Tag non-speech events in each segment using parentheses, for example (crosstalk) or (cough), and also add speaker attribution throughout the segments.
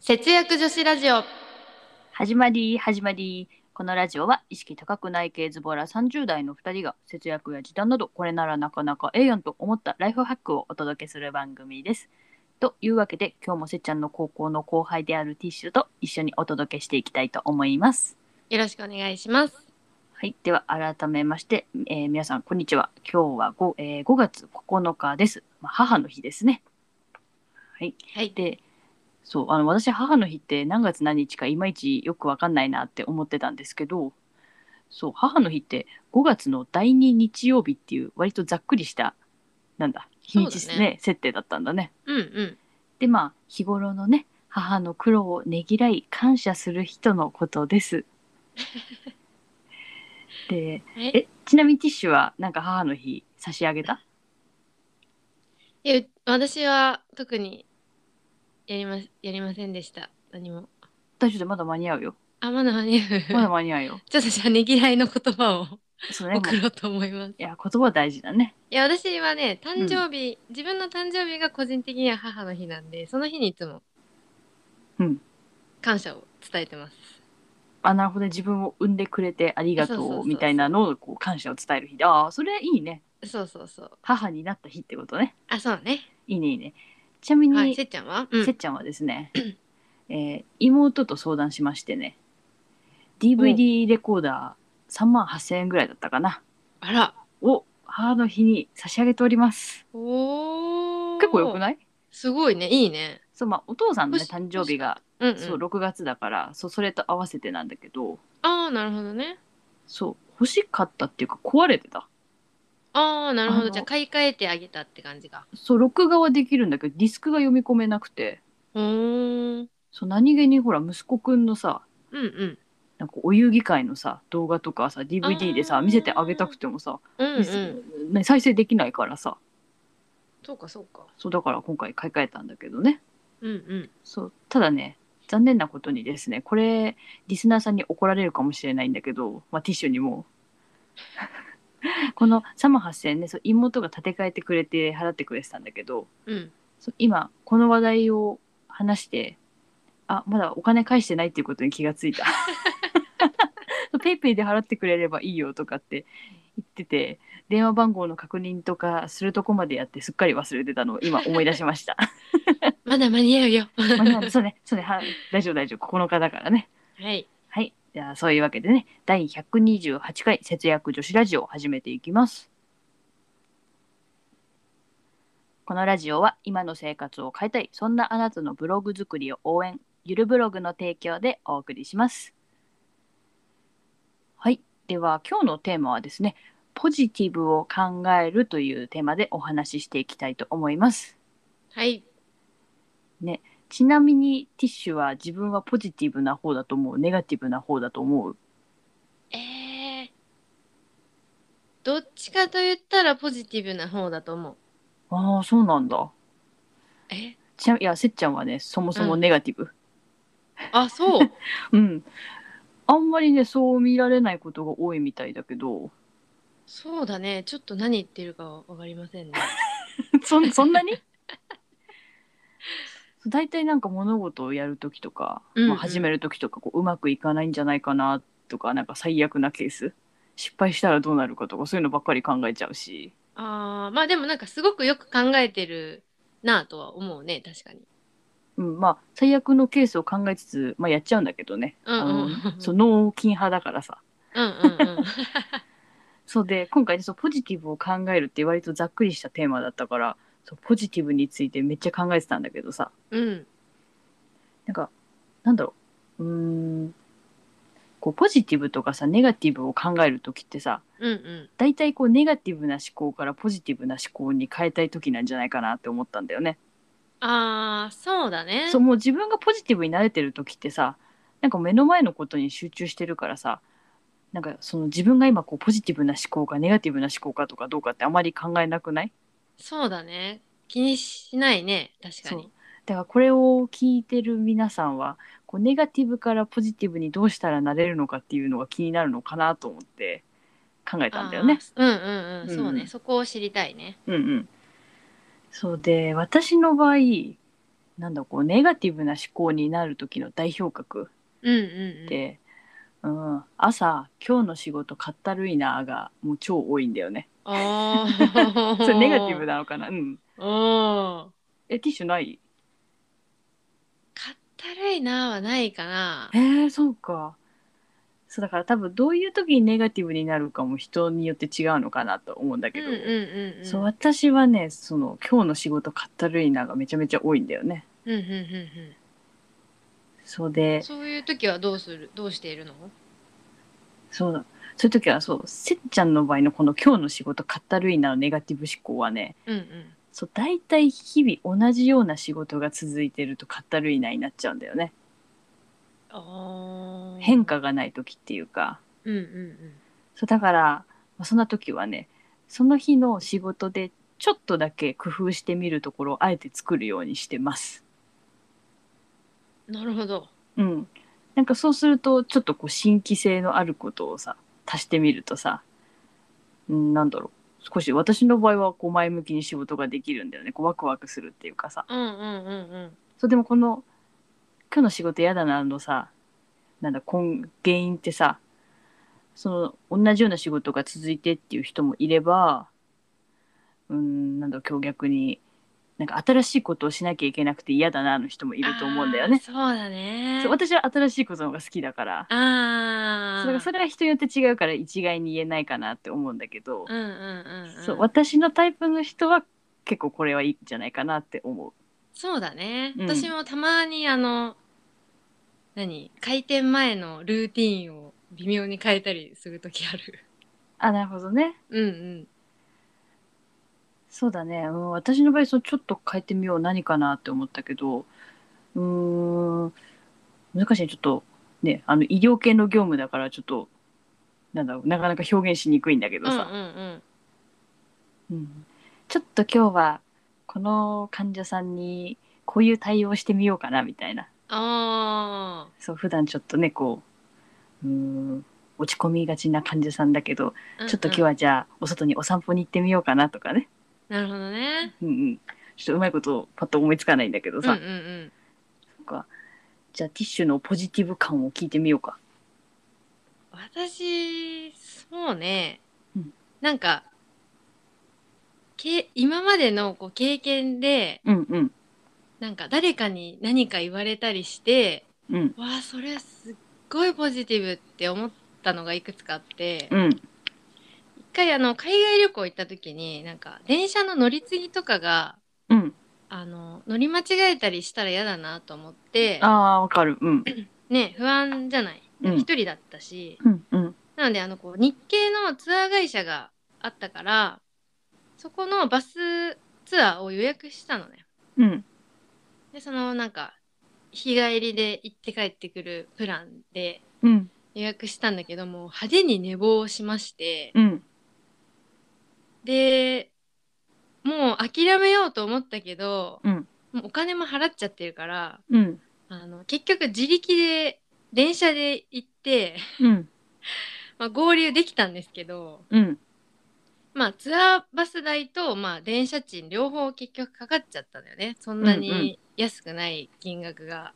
Speaker 1: 節約女子ラジオ
Speaker 2: 始まり始まりこのラジオは意識高くない系ズボラ30代の2人が節約や時短などこれならなかなかええやんと思ったライフハックをお届けする番組です。というわけで今日もせっちゃんの高校の後輩であるティッシュと一緒にお届けしていきたいと思います。
Speaker 1: よろしくお願いします
Speaker 2: はい、では改めまして、えー皆さんこんにちは。今日は 5,、えー5月9日です。まあ母の日ですね。はい、
Speaker 1: はい
Speaker 2: でそうあの私母の日って何月何日かいまいちよく分かんないなって思ってたんですけどそう母の日って5月の第2日曜日っていう割とざっくりしたなんだ日にち
Speaker 1: そう
Speaker 2: ね
Speaker 1: だね
Speaker 2: 設定だったんだね。
Speaker 1: うんうん
Speaker 2: でまあ日頃のね母の苦労をねぎらい感謝する人のこと
Speaker 1: (laughs)
Speaker 2: です。で
Speaker 1: はい
Speaker 2: えちなみにティッシュはなんか母の日差し上げた
Speaker 1: えう私は特にやりまやりませんでした何も
Speaker 2: 大丈夫まだ間に合うよ。
Speaker 1: あまだ間に合う、
Speaker 2: まだ間に合うよ。
Speaker 1: (laughs) ちょっとじゃあねぎらいの言葉を
Speaker 2: そうね。もう
Speaker 1: 送ろうと思います
Speaker 2: いや言葉大事だね。
Speaker 1: いや私はね誕生日、自分の誕生日が個人的には母の日なんでその日にいつも
Speaker 2: うん
Speaker 1: 感謝を伝えてます、
Speaker 2: あなるほどね自分を産んでくれてありが
Speaker 1: そうそうそう
Speaker 2: と
Speaker 1: そう
Speaker 2: うみたいなのをこう感謝を伝える日でああそれいいね
Speaker 1: そうそうそう
Speaker 2: 母になった日ってことね
Speaker 1: あそうね
Speaker 2: いいねいいねちなみに、
Speaker 1: はいせっちゃんは、うん
Speaker 2: せっちゃんはですね、 (clears throat) えー妹と相談しましてね DVD レコーダー3万8,000円ぐらいだったかな
Speaker 1: あら
Speaker 2: を母の日に差し上げております
Speaker 1: おー
Speaker 2: 結構よくない
Speaker 1: すごいねいいね
Speaker 2: そうまあお父さんのね
Speaker 1: 欲し
Speaker 2: 誕生日が、
Speaker 1: うん、うん、
Speaker 2: そう6月だからそうそれと合わせてなんだけど
Speaker 1: ああなるほどね
Speaker 2: そう欲しかったっていうか壊れてた
Speaker 1: ああなるほ
Speaker 2: あ
Speaker 1: ど
Speaker 2: の
Speaker 1: じゃあ買い替えてあげたって感じが
Speaker 2: そう録画はできるんだけどディスクが読み込めなくて
Speaker 1: うーん
Speaker 2: そう何気にほら息子くんのさ
Speaker 1: うんうん
Speaker 2: なんかお遊戯会のさ動画とかさ DVD で
Speaker 1: あ
Speaker 2: さ
Speaker 1: ー
Speaker 2: 見せてあげたくてもさ、
Speaker 1: うんう
Speaker 2: 見せ
Speaker 1: ん
Speaker 2: ね再生できないからさ
Speaker 1: そうかそうか
Speaker 2: そうだから今回買い替えたんだけどね
Speaker 1: うんうん
Speaker 2: そうただね残念なことにですねこれリスナーさんに怒られるかもしれないんだけど、まあ、ティッシュにも (laughs) この3万8,000円ねそう妹が立て替えてくれて払ってくれてたんだけど、
Speaker 1: うん
Speaker 2: そう今この話題を話してあまだお金返してないっていうことに気がついたそうペイペイで払ってくれればいいよとかって言ってて電話番号の確認とかするとこまでやってすっかり忘れてたのを今思い出しました
Speaker 1: まだ間に合うよ
Speaker 2: まあなんそうねそうねはい大丈夫大丈夫9日だからね
Speaker 1: はい
Speaker 2: はいじゃあそういうわけでね第128回節約女子ラジオを始めていきますこのラジオは今の生活を変えたいそんなあなたのブログ作りを応援ゆるブログの提供でお送りしますはいでは今日のテーマはですねポジティブを考えるというテーマでお話ししていきたいと思います
Speaker 1: はい
Speaker 2: ちなみにティッシュは自分はポジティブな方だと思うネガティブな方だと思う
Speaker 1: えー、どっちかと言ったらポジティブな方だと思う
Speaker 2: ああそうなんだ
Speaker 1: え
Speaker 2: ちなみいやせっちゃんはねそもそも
Speaker 1: うん
Speaker 2: ネガティブ
Speaker 1: あそう (laughs)
Speaker 2: うん、あんまりねそう見られないことが多いみたいだけ
Speaker 1: (laughs)
Speaker 2: ど
Speaker 1: そうだねちょっと何言ってるかわかりませんね
Speaker 2: そんそんなに (laughs) そう大体なんか物事をやる時とか、
Speaker 1: うんうん
Speaker 2: まあ、始める時とかこううまくいかないんじゃないかなとかなんか最悪なケース失敗したらどうなるかとかそういうのばっかり考えちゃうし
Speaker 1: あーまあでもなんかすごくよく考えてるなぁとは思うね確かに
Speaker 2: うん、まあ最悪のケースを考えつつ、まあ、やっちゃうんだけどね、
Speaker 1: うんうんうん
Speaker 2: あのそう脳筋派だからさ
Speaker 1: うんうんうん
Speaker 2: そうで今回ねそうポジティブを考えるって割とざっくりしたテーマだったからそうポジティブについてめっちゃ考えてたんだけどさ
Speaker 1: うん
Speaker 2: なんかなんだろううーんこうポジティブとかさネガティブを考える時ってさ
Speaker 1: うんうん
Speaker 2: 大体こうネガティブな思考からポジティブな思考に変えたい時なんじゃないかなって思ったんだよね。
Speaker 1: あーそうだね
Speaker 2: そうもう自分がポジティブに慣れてる時ってさなんか目の前のことに集中してるからさなんかその自分が今こうポジティブな思考かネガティブな思考かとかどうかってあまり考えなくない
Speaker 1: そうだね気にしないね確か
Speaker 2: そう
Speaker 1: に
Speaker 2: だからこれを聞いてる皆さんはこうネガティブからポジティブにどうしたらなれるのかっていうのが気になるのかなと思って考えたんだよね。
Speaker 1: あーうんうんうん、そう
Speaker 2: うんう
Speaker 1: ね
Speaker 2: ん
Speaker 1: そこを知りたいね
Speaker 2: うんうん、そうで私の場合なんだこうネガティブな思考になる時の代表格
Speaker 1: うんうんうん。
Speaker 2: って、うん朝「今日の仕事かったるいな」がもう超多いんだよね。
Speaker 1: あ
Speaker 2: (laughs) それネガティブなのかな、うん、
Speaker 1: だ。おー
Speaker 2: えティッシュない
Speaker 1: かったるいなはないかな。
Speaker 2: えー、そうかそうだから多分どういう時にネガティブになるかも人によって違うのかなと思うんだ
Speaker 1: う
Speaker 2: け
Speaker 1: んう
Speaker 2: ど、
Speaker 1: んうんうん。
Speaker 2: そう私はねその「今日の仕事かったるいな」がめちゃめちゃ多いんだよね。
Speaker 1: うんうんうんうん。
Speaker 2: そうで
Speaker 1: そういう時はどうするどうしているの
Speaker 2: そうだそういう時はそうせっちゃんの場合のこの「今日の仕事かったるいな」のネガティブ思考はね
Speaker 1: うんうん。
Speaker 2: そう大体日々同じような仕事が続いてるとかったるいなになっちゃうんだよね
Speaker 1: ああ。
Speaker 2: 変。化がない時っていうか
Speaker 1: うんうんうん。
Speaker 2: そうだからまあそんな時はねその日の仕事でちょっとだけ工夫してみるところをあえて作るようにしてます。
Speaker 1: なるほど。
Speaker 2: うん、なんかそうするとちょっとこう新規性のあることをさ足してみるとさ、うん、なんだろう少し私の場合はこう前向きに仕事ができるんだよねこうワクワクするっていうかさ
Speaker 1: うんうんうんうん。
Speaker 2: そうでもこの「今日の仕事嫌だな」のさなんだ根原因ってさその同じような仕事が続いてっていう人もいればうーんなんだろう今日逆になんか新しいことをしなきゃいけなくて嫌だなの人もい
Speaker 1: い
Speaker 2: ると思うんだよね。
Speaker 1: そうだね。
Speaker 2: そう私は新しいことの方が好きだから
Speaker 1: あ
Speaker 2: そう
Speaker 1: あ。
Speaker 2: だからそれは人によって違うから一概に言えないかなって思うんだけど、
Speaker 1: うんうんうん、うん。
Speaker 2: そう私のタイプの人は結構これはいいんじゃないかなって思う。
Speaker 1: そうだね、
Speaker 2: うん
Speaker 1: 私もたまにあの何開店前のルーティーンを微妙に変えたりする時ある
Speaker 2: あなるほどね。
Speaker 1: うんうん
Speaker 2: そうだね、うん、私の場合そうちょっと変えてみよう何かなって思ったけどうーん難しいねちょっとねあの医療系の業務だからちょっとなんだろうなかなか表現しにくいんだけ
Speaker 1: う
Speaker 2: ど
Speaker 1: んうんう
Speaker 2: さ、
Speaker 1: ん
Speaker 2: うんちょっと今日はこの患者さんにこういう対応してみようかなみたいな
Speaker 1: あ
Speaker 2: そう普段ちょっとねこううーん落ち込みがちな患者さんだけど、
Speaker 1: ー
Speaker 2: ちょっと今日
Speaker 1: は、
Speaker 2: はじゃあお外にお散歩に行ってみようかなとか
Speaker 1: うん
Speaker 2: ね、
Speaker 1: うんなるほどね
Speaker 2: うんうん、ちょっとうまいことパッと思いつかないんだけど
Speaker 1: うん
Speaker 2: さ、
Speaker 1: うんうん
Speaker 2: なんかじゃあティッシュのポジティブ感を聞いてみようか。
Speaker 1: 私そうね、
Speaker 2: うん
Speaker 1: なんかけ今までのこう経験で
Speaker 2: うんうん
Speaker 1: なんか誰かに何か言われたりして
Speaker 2: うん
Speaker 1: わあそれすっごいポジティブって思ったのがいくつかあって、
Speaker 2: うん
Speaker 1: 一回あの海外旅行行った時になんか電車の乗り継ぎとかが
Speaker 2: うん。
Speaker 1: あの乗り間違えたりしたら嫌だなと思って
Speaker 2: ああわかる。うん
Speaker 1: ね不安じゃない
Speaker 2: うん
Speaker 1: 一人だったし、
Speaker 2: うんうん
Speaker 1: なのであのこう日系のツアー会社があったからそこのバスツアーを予約したのね
Speaker 2: うん
Speaker 1: でそのなんか日帰りで行って帰ってくるプランで
Speaker 2: うん
Speaker 1: 予約したんだけどもう派手に寝坊しまして、
Speaker 2: うん
Speaker 1: でもう諦めようと思ったけど、
Speaker 2: うん
Speaker 1: もうお金も払っちゃってるから
Speaker 2: うん
Speaker 1: あの結局自力で電車で行って、 (laughs)
Speaker 2: うん
Speaker 1: まあ、合流できたんですけど、
Speaker 2: うん
Speaker 1: まあ、ツアーバス代と、まあ、電車賃両方結局かかっちゃったんだよねそんな
Speaker 2: うんうん
Speaker 1: に安くない金額が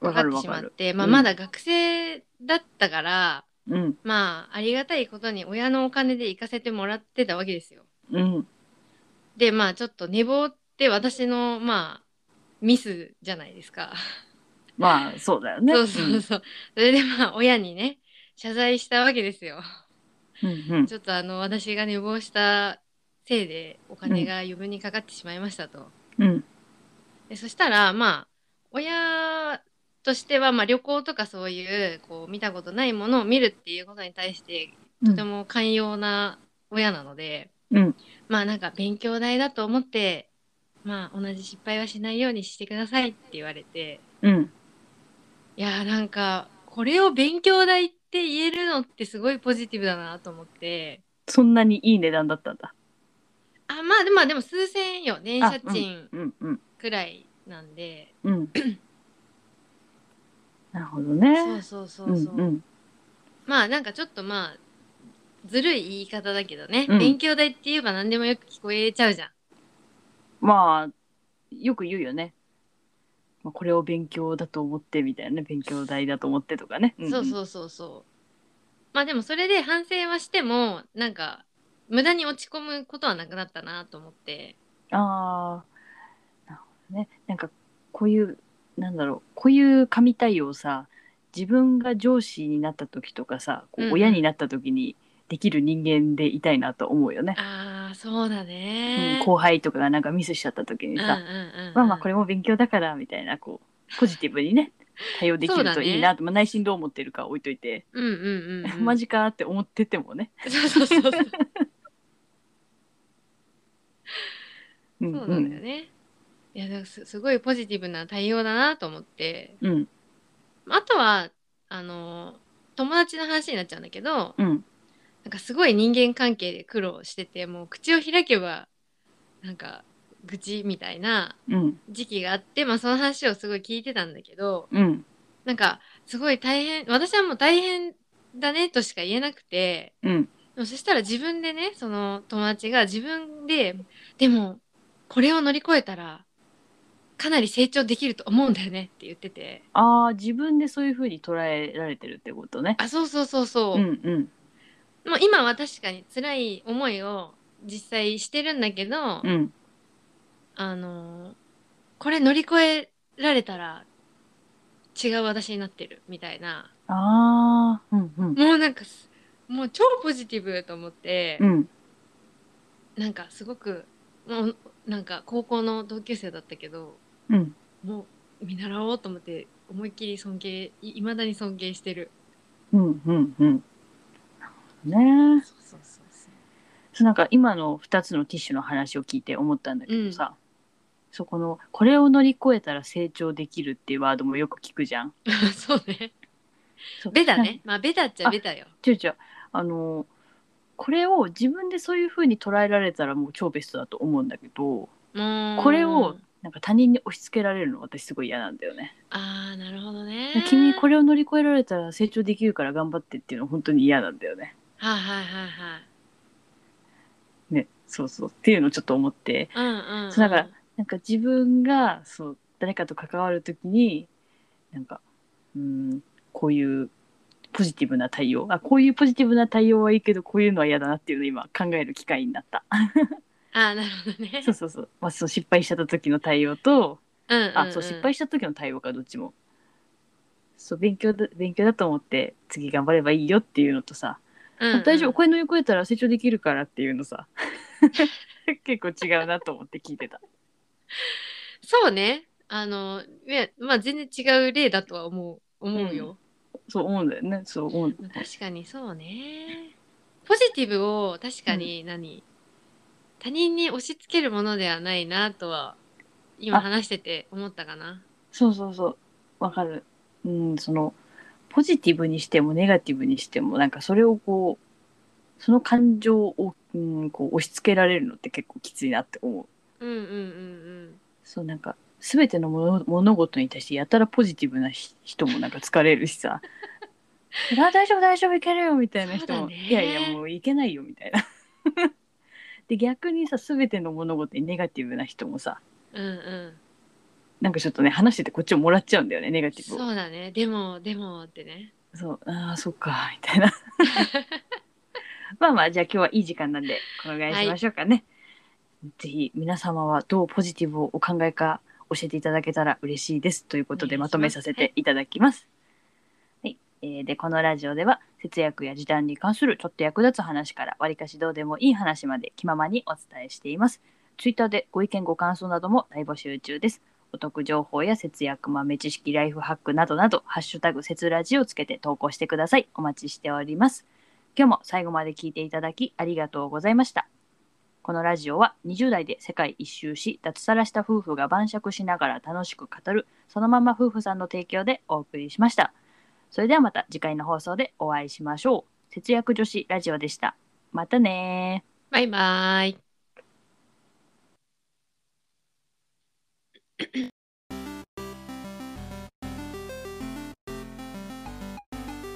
Speaker 2: わ
Speaker 1: かか
Speaker 2: か
Speaker 1: っ
Speaker 2: る
Speaker 1: て
Speaker 2: わ
Speaker 1: しま
Speaker 2: か
Speaker 1: っ
Speaker 2: る。
Speaker 1: て、まあ、
Speaker 2: うん
Speaker 1: まだ学生だったから、
Speaker 2: うん
Speaker 1: まあありがたいことに親のお金で行かせてもらってたわけですよ。
Speaker 2: うん
Speaker 1: でまあちょっと寝坊って私のまあミスじゃないですか。
Speaker 2: まあそうだよね。
Speaker 1: そうそうそう。それでまあ親にね謝罪したわけですよ。
Speaker 2: うんうん
Speaker 1: ちょっとあの私が寝坊したせいでお金が余分にかかってしまいましたと。
Speaker 2: うん
Speaker 1: でそしたらまあ親としてはまあ旅行とかそういうこう見たことないものを見るっていうことに対して
Speaker 2: う
Speaker 1: とて
Speaker 2: ん
Speaker 1: も寛容な親なので、
Speaker 2: うん
Speaker 1: まあなんか勉強代だと思ってまあ同じ失敗はしないようにしてくださいって言われて
Speaker 2: うん
Speaker 1: いやーなんかこれを勉強代って言えるのってすごいポジティブだなと思って
Speaker 2: そんなにいい値段だったんだ。
Speaker 1: あまあでもでも数千円よ電車賃
Speaker 2: うんうん
Speaker 1: くらいなんで、 (laughs)
Speaker 2: うん。なるほど
Speaker 1: そう
Speaker 2: ね。
Speaker 1: そうそう
Speaker 2: う
Speaker 1: そう、
Speaker 2: んうん
Speaker 1: まあなんかちょっとまあずるい言い方だけどね、
Speaker 2: うん
Speaker 1: 勉強代って言えば何でもよく聞こえちゃうじゃん
Speaker 2: まあよく言うよね。まあ、これを勉強だと思ってみたいなね勉強代だと思ってとかね。
Speaker 1: そう
Speaker 2: う
Speaker 1: そうそうそう。まあでもそれで反省はしてもなんか無駄に落ち込むことはなくなったなと思って。
Speaker 2: ん。ああなるほどね。なんかこういうなんだろうこういう神対応さ自分が上司になった時とかさ
Speaker 1: う
Speaker 2: こ
Speaker 1: んう
Speaker 2: うん親になった時にできる人間でいたいなと思うよね。
Speaker 1: ああそうだ
Speaker 2: うん
Speaker 1: ね。
Speaker 2: 後輩とかがなんかミスしちゃった時に
Speaker 1: うんうん
Speaker 2: さ、
Speaker 1: うんうん、
Speaker 2: まあまあこれも勉強だからみたいなこうポジティブにね対応できるといいなと、まあ、内心どう思ってるかは置いといて、
Speaker 1: うんうんうん、うん、
Speaker 2: (laughs) マジかって思っててもね、
Speaker 1: そうそうそうそうそ
Speaker 2: うん
Speaker 1: うなんだよね。いやだからすすごいポジティブな対応だなと思って
Speaker 2: うん
Speaker 1: あとはあの友達の話になっちゃうんだけど
Speaker 2: うん
Speaker 1: なんかすごい人間関係で苦労しててもう口を開けばなんか愚痴みたいな
Speaker 2: うん
Speaker 1: 時期があって、まあ、その話をすごい聞いてたんだけど
Speaker 2: うん
Speaker 1: なんかすごい大変私はもう大変だねとしか言えなくて
Speaker 2: うん
Speaker 1: でもそしたら自分でねその友達が自分ででもこれを乗り越えたらかなり成長できると思うんだよねって言ってて
Speaker 2: ああ自分でそういうふうに捉えられてるってことね。
Speaker 1: あそうそうそうそう、
Speaker 2: うんうん
Speaker 1: もう今は確かに辛い思いを実際してるんだけど、
Speaker 2: うん
Speaker 1: あのーこれ乗り越えられたら違う私になってるみたいな
Speaker 2: ああうんうん
Speaker 1: もうなんかすもう超ポジティブと思って、
Speaker 2: うん
Speaker 1: なんかすごくもうなんか高校の同級生だったけど
Speaker 2: うん
Speaker 1: もう見習おうと思って思いっきり尊敬いまだに尊敬してる。
Speaker 2: うんうんうん。なるほどね。
Speaker 1: そうそうそうそう
Speaker 2: そうなんか今の2つのティッシュの話を聞いて思ったんだけどさ、そこの「これを乗り越えたら成長できる」っていうワードもよく聞くじゃん。
Speaker 1: あ (laughs) そうね。
Speaker 2: そう
Speaker 1: ベタ
Speaker 2: なん
Speaker 1: ね。 (laughs) まあベタっちゃベタよ。
Speaker 2: ちょいちょいあのこれを自分でそういう風に捉えられたらもう超ベストだと思うんだけど
Speaker 1: もう
Speaker 2: これをなんか他人に押し付けられるの私すごい嫌なんだよね。
Speaker 1: ああなるほどね。
Speaker 2: 君こ
Speaker 1: れ
Speaker 2: れを乗り越えられたら成長できるから頑張ってっていうの本当に嫌なんだよね。
Speaker 1: はいはいはいはい。
Speaker 2: ねそうそうっていうのをちょっと思って
Speaker 1: うんうん、うん。
Speaker 2: そうだからなんか自分がそう誰かと関わるときになんかうーんこういうポジティブな対応あこういうポジティブな対応はいいけどこういうのは嫌だなっていうのを今考える機会になった
Speaker 1: あーなるほどね。
Speaker 2: (laughs) そうそうそう,、まあ、そう失敗しちゃった時の対応と
Speaker 1: うんうんうん、
Speaker 2: あそう失敗した時の対応かどっちもそう勉強だ勉強だと思って次頑張ればいいよっていうのとさ、
Speaker 1: うんうん
Speaker 2: あ大丈夫これ乗り越えたら成長できるからっていうのさ (laughs) 結構違うなと思って聞いてた。
Speaker 1: そうねあのいやまあ全然違う例だとは思う思うよ、
Speaker 2: そう思うんだよねそう思うんだよね
Speaker 1: 確かにそうね (laughs) ポジティブを確かに何、他人に押し付けるものではないなとは今
Speaker 2: あ
Speaker 1: 話してて思ったかな
Speaker 2: そうそうそうわかるうんそのポジティブにしてもネガティブにしてもなんかそれをこうその感情を、うん、こう押し付けられるのって結構きついなって思う
Speaker 1: うんうんうん
Speaker 2: そうなんか全ての物物事に対してやたらポジティブなひ人もなんか疲れるし
Speaker 1: (laughs)
Speaker 2: さあ大丈夫大丈夫いけるよみたいな人
Speaker 1: そ
Speaker 2: も、
Speaker 1: うだね
Speaker 2: いやいやもういけないよみたいな (laughs) で逆にさ全ての物事にネガティブな人もさ
Speaker 1: うんうんうん
Speaker 2: なんかちょっとね話しててこっちももらっちゃうんだよねネガティブを
Speaker 1: そうだねでもでもってね
Speaker 2: そう、ああ、そっか、み
Speaker 1: (laughs)
Speaker 2: たいな。まあまあ、じゃあ今日はいい時間なんで、このぐらいにしましょうかね。ぜひ皆様はどうポジティブをお考えか教えていただけたら嬉しいです。ということで、
Speaker 1: お願いしま
Speaker 2: ま
Speaker 1: す
Speaker 2: とめさせていただきます。はい、えーで、このラジオでは、節約や時短に関するちょっと役立つ話から、わりかしどうでもいい話まで気ままにお伝えしています。ツイッターでご意見ご感想なども大募集中です。お得情報や節約豆知識ライフハックなどなど「ハッシュタグ節ラジ」をつけて投稿してくださいお待ちしております今日も最後まで聞いていただきありがとうございましたこのラジオは20代で世界一周し脱サラした夫婦が晩酌しながら楽しく語るそのまま夫婦さんの提供でお送りしましたそれではまた次回の放送でお会いしましょう節約女子ラジオでしたまたねー
Speaker 1: バイバーイ